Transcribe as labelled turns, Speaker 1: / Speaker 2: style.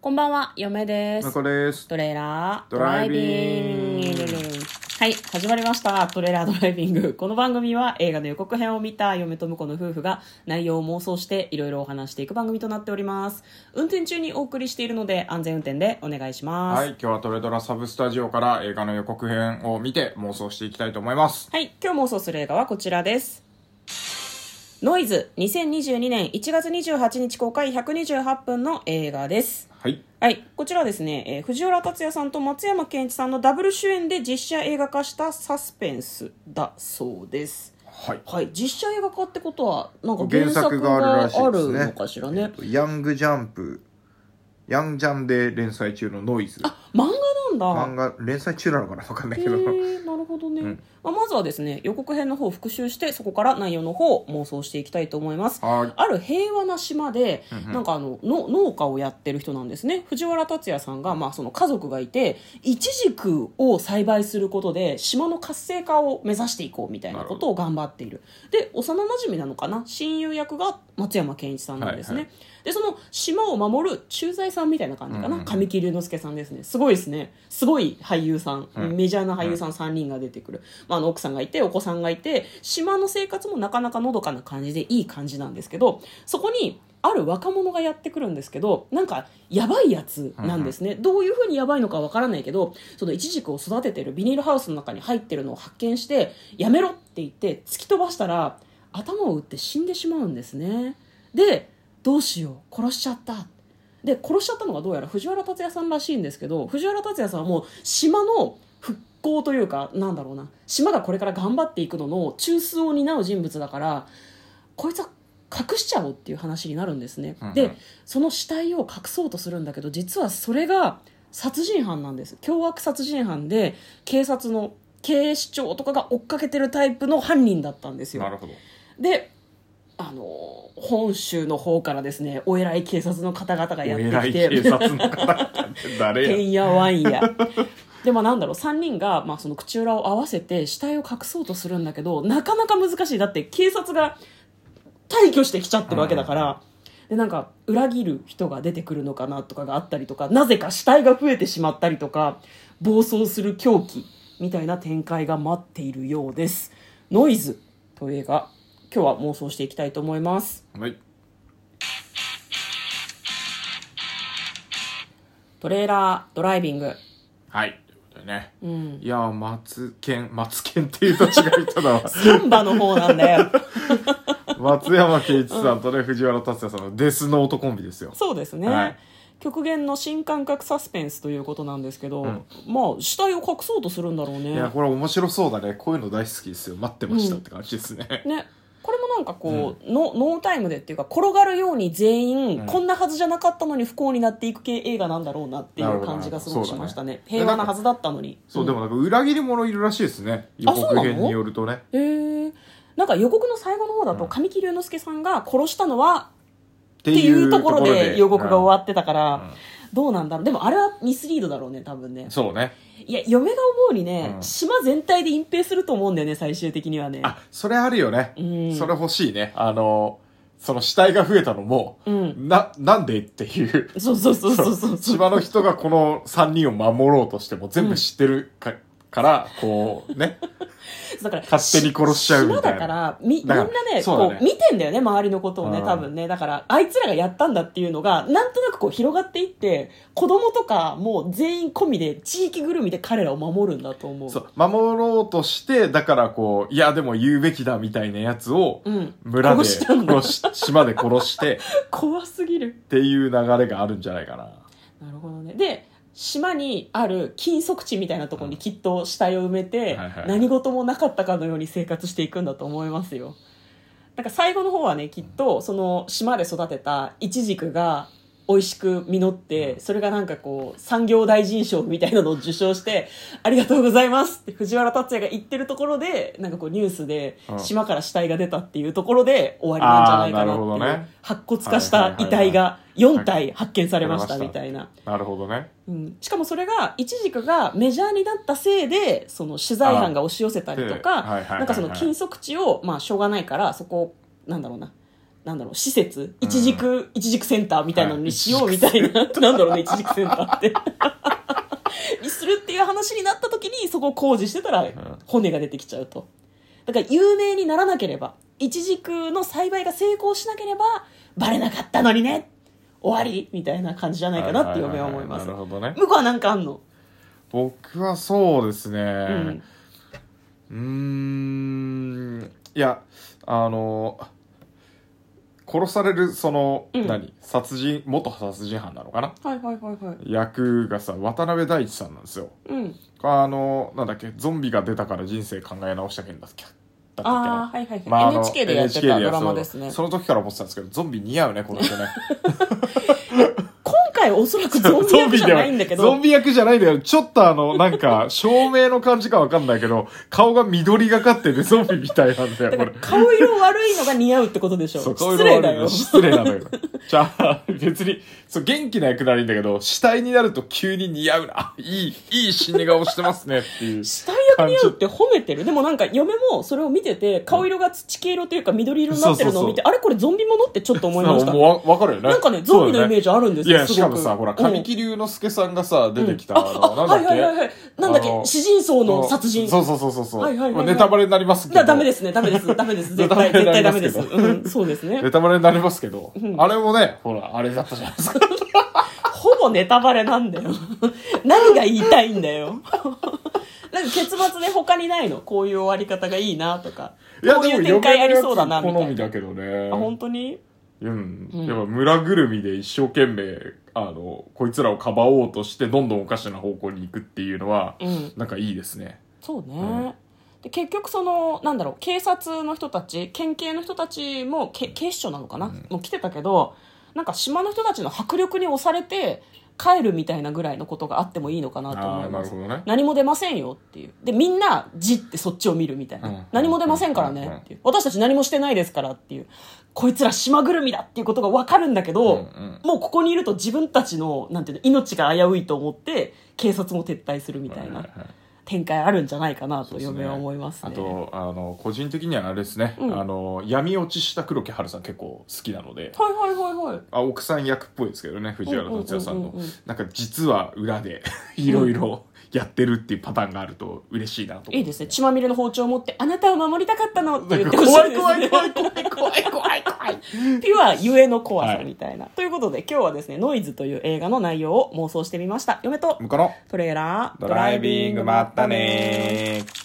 Speaker 1: こんばんは、嫁です
Speaker 2: ま。こです。
Speaker 1: トレーラード
Speaker 2: ドライビング
Speaker 1: はい、始まりました。トレーラードライビング。この番組は映画の予告編を見た嫁と婿の夫婦が内容を妄想していろいろお話していく番組となっております。運転中にお送りしているので安全運転でお願いします。
Speaker 2: はい、今日はトレドラサブスタジオから映画の予告編を見て妄想していきたいと思います。
Speaker 1: はい、今日妄想する映画はこちらです。ノイズ2022年1月28日公開128分の映画です。
Speaker 2: はい。
Speaker 1: はい、こちらはですね、えー藤原竜也さんと松山ケンイチさんのダブル主演で実写映画化したサスペンスだそうです。
Speaker 2: はい。
Speaker 1: はい、実写映画化ってことは、なんか原
Speaker 2: 原
Speaker 1: 作
Speaker 2: 作が
Speaker 1: が
Speaker 2: ある
Speaker 1: あ
Speaker 2: らしいで
Speaker 1: る
Speaker 2: すね。
Speaker 1: のかしらね。
Speaker 2: ヤングジャンプ、ヤンジャンで連載中のノイズ。
Speaker 1: 漫画なんだ。
Speaker 2: 漫画、連載中なのかなわかんない
Speaker 1: へ
Speaker 2: けど。
Speaker 1: ーなるほどね、まあ、まずはですね予告編の方を復習してそこから内容の方を妄想していきたいと思います
Speaker 2: はい
Speaker 1: ある平和な島で、なんかあのの農家をやってる人なんですね藤原竜也さんが、まあ、その家族がいてイチジクを栽培することで島の活性化を目指していこうみたいなことを頑張っているで幼なじみなのかな親友役が松山ケンイチさんなんですね、
Speaker 2: はい
Speaker 1: でその島を守る駐在さんみたいな感じかな、
Speaker 2: うんうん
Speaker 1: 神木隆之介さんですねすごいですねすごい俳優さん、
Speaker 2: うん
Speaker 1: メジャーな俳優さん3人が出てくる、まあ、あの奥さんがいてお子さんがいて島の生活もなかなかのどかな感じでいい感じなんですけどそこにある若者がやってくるんですけどなんかやばいやつなんですね、どういうふうにやばいのかわからないけどそのイチジクを育ててるビニールハウスの中に入ってるのを発見してやめろって言って突き飛ばしたら頭を打って死んでしまうんですねでどうしよう殺しちゃったで殺しちゃったのがどうやら藤原竜也さんらしいんですけど藤原竜也さんはもう島の復興というかなんだろうな島がこれから頑張っていくのの中枢を担う人物だからこいつは隠しちゃおうっていう話になるんですね、
Speaker 2: うんうん
Speaker 1: でその死体を隠そうとするんだけど実はそれが殺人犯なんです凶悪殺人犯で警察の警視庁とかが追っかけてるタイプの犯人だったんですよ
Speaker 2: なるほど。
Speaker 1: であのー本州の方からですねお偉い警察の方々
Speaker 2: お
Speaker 1: がやっ
Speaker 2: 偉
Speaker 1: て
Speaker 2: い
Speaker 1: きて
Speaker 2: 警察の方々 って
Speaker 1: て
Speaker 2: 誰や。
Speaker 1: んやわんや でもなんだろう3人が、まあ、その口裏を合わせて死体を隠そうとするんだけどなかなか難しいだって警察が退去してきちゃってるわけだから、でなんか裏切る人が出てくるのかなとかがあったりとかなぜか死体が増えてしまったりとか暴走する狂気みたいな展開が待っているようですノイズという映画今日は妄想していきたいと思います
Speaker 2: はい。
Speaker 1: トレーラードライビング
Speaker 2: はい。ということでね。
Speaker 1: うん
Speaker 2: いやー、松健、松健っていうと違う人 だわ。
Speaker 1: サンバの方なんだよ
Speaker 2: 松山ケ一さんとね、藤原竜也さんのデスノートコンビですよ。
Speaker 1: そうですね、
Speaker 2: はい
Speaker 1: 極限の新感覚サスペンスということなんですけど、
Speaker 2: ん
Speaker 1: まあ死体を隠そうとするんだろう
Speaker 2: いや
Speaker 1: ね
Speaker 2: これ面白そうだねこういうの大好きですよ待ってましたって感じですね、
Speaker 1: ねこれもなんかこう、のノータイムでっていうか転がるように全員、
Speaker 2: うん
Speaker 1: こんなはずじゃなかったのに不幸になっていく系映画なんだろうなってい
Speaker 2: なる
Speaker 1: う
Speaker 2: ほど
Speaker 1: 感じがすごくしましたね
Speaker 2: そうだね
Speaker 1: 平和なはずだったのに
Speaker 2: そう、
Speaker 1: ん
Speaker 2: でもなんか裏切り者いるらしいですね予
Speaker 1: あそう
Speaker 2: 告
Speaker 1: なの
Speaker 2: 編によるとね
Speaker 1: へえなんか予告の最後の方だと神木隆之介さんが殺したのは
Speaker 2: って
Speaker 1: っていうところで予告が
Speaker 2: わ
Speaker 1: 終わってたから、どうなんだろうでもあれはミスリードだろうね多分ね
Speaker 2: そうね
Speaker 1: いや嫁が思うにね、
Speaker 2: うん
Speaker 1: 島全体で隠蔽すると思うんだよね最終的にはね
Speaker 2: あそれあるよね、
Speaker 1: うん
Speaker 2: それ欲しいねあのその死体が増えたのも、
Speaker 1: うん
Speaker 2: ななんでっていう
Speaker 1: そうそうそうそうそうそう
Speaker 2: 島の人がこの3人を守ろうとしても全部知ってるか,、からこうね
Speaker 1: だから
Speaker 2: 勝手に殺しちゃうみた
Speaker 1: 島
Speaker 2: いな
Speaker 1: だからみみん
Speaker 2: だか
Speaker 1: な
Speaker 2: ら
Speaker 1: ね
Speaker 2: そうだ
Speaker 1: こ
Speaker 2: ね
Speaker 1: う見てんだよね周りのことをね
Speaker 2: うん
Speaker 1: 多分ねだからあいつらがやったんだっていうのがなんとなくこう広がっていって子供とかもう全員込みで地域ぐるみで彼らを守るんだと思う
Speaker 2: そう守ろうとしてだからこういやでも言うべきだみたいなやつを、
Speaker 1: うん
Speaker 2: 村で
Speaker 1: 殺したんだ
Speaker 2: 殺し島で殺して
Speaker 1: 怖すぎる
Speaker 2: っていう流れがあるんじゃないかな。
Speaker 1: なるほどねで島にある禁足地みたいなところにきっと死体を埋めて、
Speaker 2: うんはいはい
Speaker 1: 何事もなかったかのように生活していくんだと思いますよなんか最後の方はねきっとその島で育てたイチジクが美味しく実ってそれがなんかこう産業大臣賞みたいなのを受賞して「ありがとうございます」って藤原竜也が言ってるところでなんかこうニュースで
Speaker 2: うん
Speaker 1: 島から死体が出たっていうところで終わりなんじゃないかな
Speaker 2: あ
Speaker 1: ってい
Speaker 2: ーなるほど
Speaker 1: う
Speaker 2: ね
Speaker 1: 白骨化した遺体が4体発見されましたみたいな
Speaker 2: なるほどね。
Speaker 1: うん、しかもそれがイチジクがメジャーになったせいでその取材班が押し寄せたりと
Speaker 2: あ
Speaker 1: か
Speaker 2: はいはいはいはい
Speaker 1: なんかその禁足地を、まあ、しょうがないからそこをなんだろうななんだろう、施設、一軸、一軸センターみたいなのにしようみたいな、 なんだろうね、一軸センターって。にするっていう話になった時に、そこを工事してたら
Speaker 2: ん、
Speaker 1: 骨が出てきちゃうと。だから、有名にならなければ、一軸の栽培が成功しなければ、バレなかったのにね、終わりみたいな感じじゃないかなって嫁は思います。
Speaker 2: なる
Speaker 1: 向
Speaker 2: ほどね。
Speaker 1: こうはなんかあんの
Speaker 2: 僕はそうですね。
Speaker 1: うん。
Speaker 2: うーんいやあの殺されるその、
Speaker 1: うん
Speaker 2: 何殺人元殺人犯なのかな
Speaker 1: はいはいはいはい。
Speaker 2: 役がさ渡辺大地さんなんですよ
Speaker 1: うん。
Speaker 2: あのなんだっけゾンビが出たから人生考え直したけんだっけだったっけ
Speaker 1: あ
Speaker 2: な
Speaker 1: あ、はいはいはい。
Speaker 2: まああの
Speaker 1: NHK でやってた
Speaker 2: NHK
Speaker 1: ドラ
Speaker 2: そ
Speaker 1: マ
Speaker 2: う
Speaker 1: ですね。
Speaker 2: その時から思ってたんですけどゾンビ似合うねこの人ね
Speaker 1: 今回おそらくゾンビ役じゃないんだけど、
Speaker 2: ゾンビ役じゃないんだけどちょっとあのなんか照明の感じかわかんないけど顔が緑がかっててゾンビみたいなんだ
Speaker 1: だ
Speaker 2: よこ
Speaker 1: か
Speaker 2: れ
Speaker 1: ら顔色悪いのが似合うってことでしょ
Speaker 2: そう
Speaker 1: 失礼だよ
Speaker 2: 失礼なのよ。じゃあ、別に、そう、元気な役ならいいんだけど、死体になると急に似合うな。いい、いい死に顔してますねっていう。
Speaker 1: 死体役似合うって褒めてるでもなんか嫁もそれを見てて顔色が土系色というか緑色になってるのを見てあれこれゾンビものってちょっと思いました
Speaker 2: もうわわかるよね。
Speaker 1: なんかねゾンビのイメー
Speaker 2: ジ
Speaker 1: ジあるんです
Speaker 2: い
Speaker 1: よ
Speaker 2: や、しかもさ、ほら、神
Speaker 1: 切
Speaker 2: 木隆之介さんがさ、出てきた、
Speaker 1: あ
Speaker 2: あの、
Speaker 1: あ
Speaker 2: な
Speaker 1: は
Speaker 2: ん
Speaker 1: い
Speaker 2: だっ
Speaker 1: はいはい
Speaker 2: け
Speaker 1: はいなんだっ
Speaker 2: あ
Speaker 1: け
Speaker 2: の
Speaker 1: 詩人層の殺人
Speaker 2: そうそうそうそうそう。
Speaker 1: はいはいはいはい
Speaker 2: まあネタバレになりますけど。
Speaker 1: だダメですねダメですダメです絶対絶対ダメですうんそうですね
Speaker 2: ネタバレになりますけど、
Speaker 1: ん
Speaker 2: あれもね、ほら、あれだったじゃな いですか。
Speaker 1: ほぼネタバレなんだよ 何が言いたいんだよ なんか結末で他にないのこういう終わり方がいいなとかこういう展開ありそうだなみたい
Speaker 2: 嫁のやつ好み
Speaker 1: な
Speaker 2: だけどね。
Speaker 1: あ本当に
Speaker 2: うん、
Speaker 1: うん
Speaker 2: やっぱ村ぐるみで一生懸命あのこいつらをかばおうとしてどんどんおかしな方向に行くっていうのは、
Speaker 1: うん
Speaker 2: なんかいいですね
Speaker 1: そうね、
Speaker 2: うん
Speaker 1: で結局そのなんだろう警察の人たち県警の人たちもけ警視庁なのかな、もう来てたけどなんか島の人たちの迫力に押されて帰るみたいなぐらいのことがあってもいいのかなと思
Speaker 2: ああ
Speaker 1: い
Speaker 2: な
Speaker 1: ま
Speaker 2: る
Speaker 1: す
Speaker 2: ほどね
Speaker 1: 何も出ませんよっていうでみんなじってそっちを見るみたいな、
Speaker 2: うん
Speaker 1: 何も出ませんからねっていう、私たち何もしてないですからっていうこいつら島ぐるみだっていうことが分かるんだけど、
Speaker 2: うん
Speaker 1: もうここにいると自分たちのなんていうの命が危ういと思って警察も撤退するみたいな、
Speaker 2: はいはいはい
Speaker 1: 展開あるんじゃないかな
Speaker 2: そう
Speaker 1: と
Speaker 2: ですね
Speaker 1: 嫁は思いますね。
Speaker 2: あとあの個人的にはあれですね、
Speaker 1: うん
Speaker 2: あの闇落ちした黒木華さん結構好きなので
Speaker 1: はいはいはいはい。
Speaker 2: あ奥さん役っぽいですけどね藤原竜也さん
Speaker 1: うんうん
Speaker 2: の
Speaker 1: うんうんうん
Speaker 2: なんか実は裏で いろいろやってるっていうパターンがあると嬉しいなと思
Speaker 1: いいですね。血まみれの包丁を持って、あなたを守りたかったのって言
Speaker 2: なん
Speaker 1: っ
Speaker 2: か
Speaker 1: てほしい
Speaker 2: 怖
Speaker 1: です、ね。
Speaker 2: い怖い怖い怖い怖い怖い怖い
Speaker 1: ピュアゆえの怖さ
Speaker 2: はい
Speaker 1: みたいな。ということで今日はですね、ノイズという映画の内容を妄想してみました。嫁と
Speaker 2: 向こうの
Speaker 1: トレーラー、
Speaker 2: ドライビングまったねー。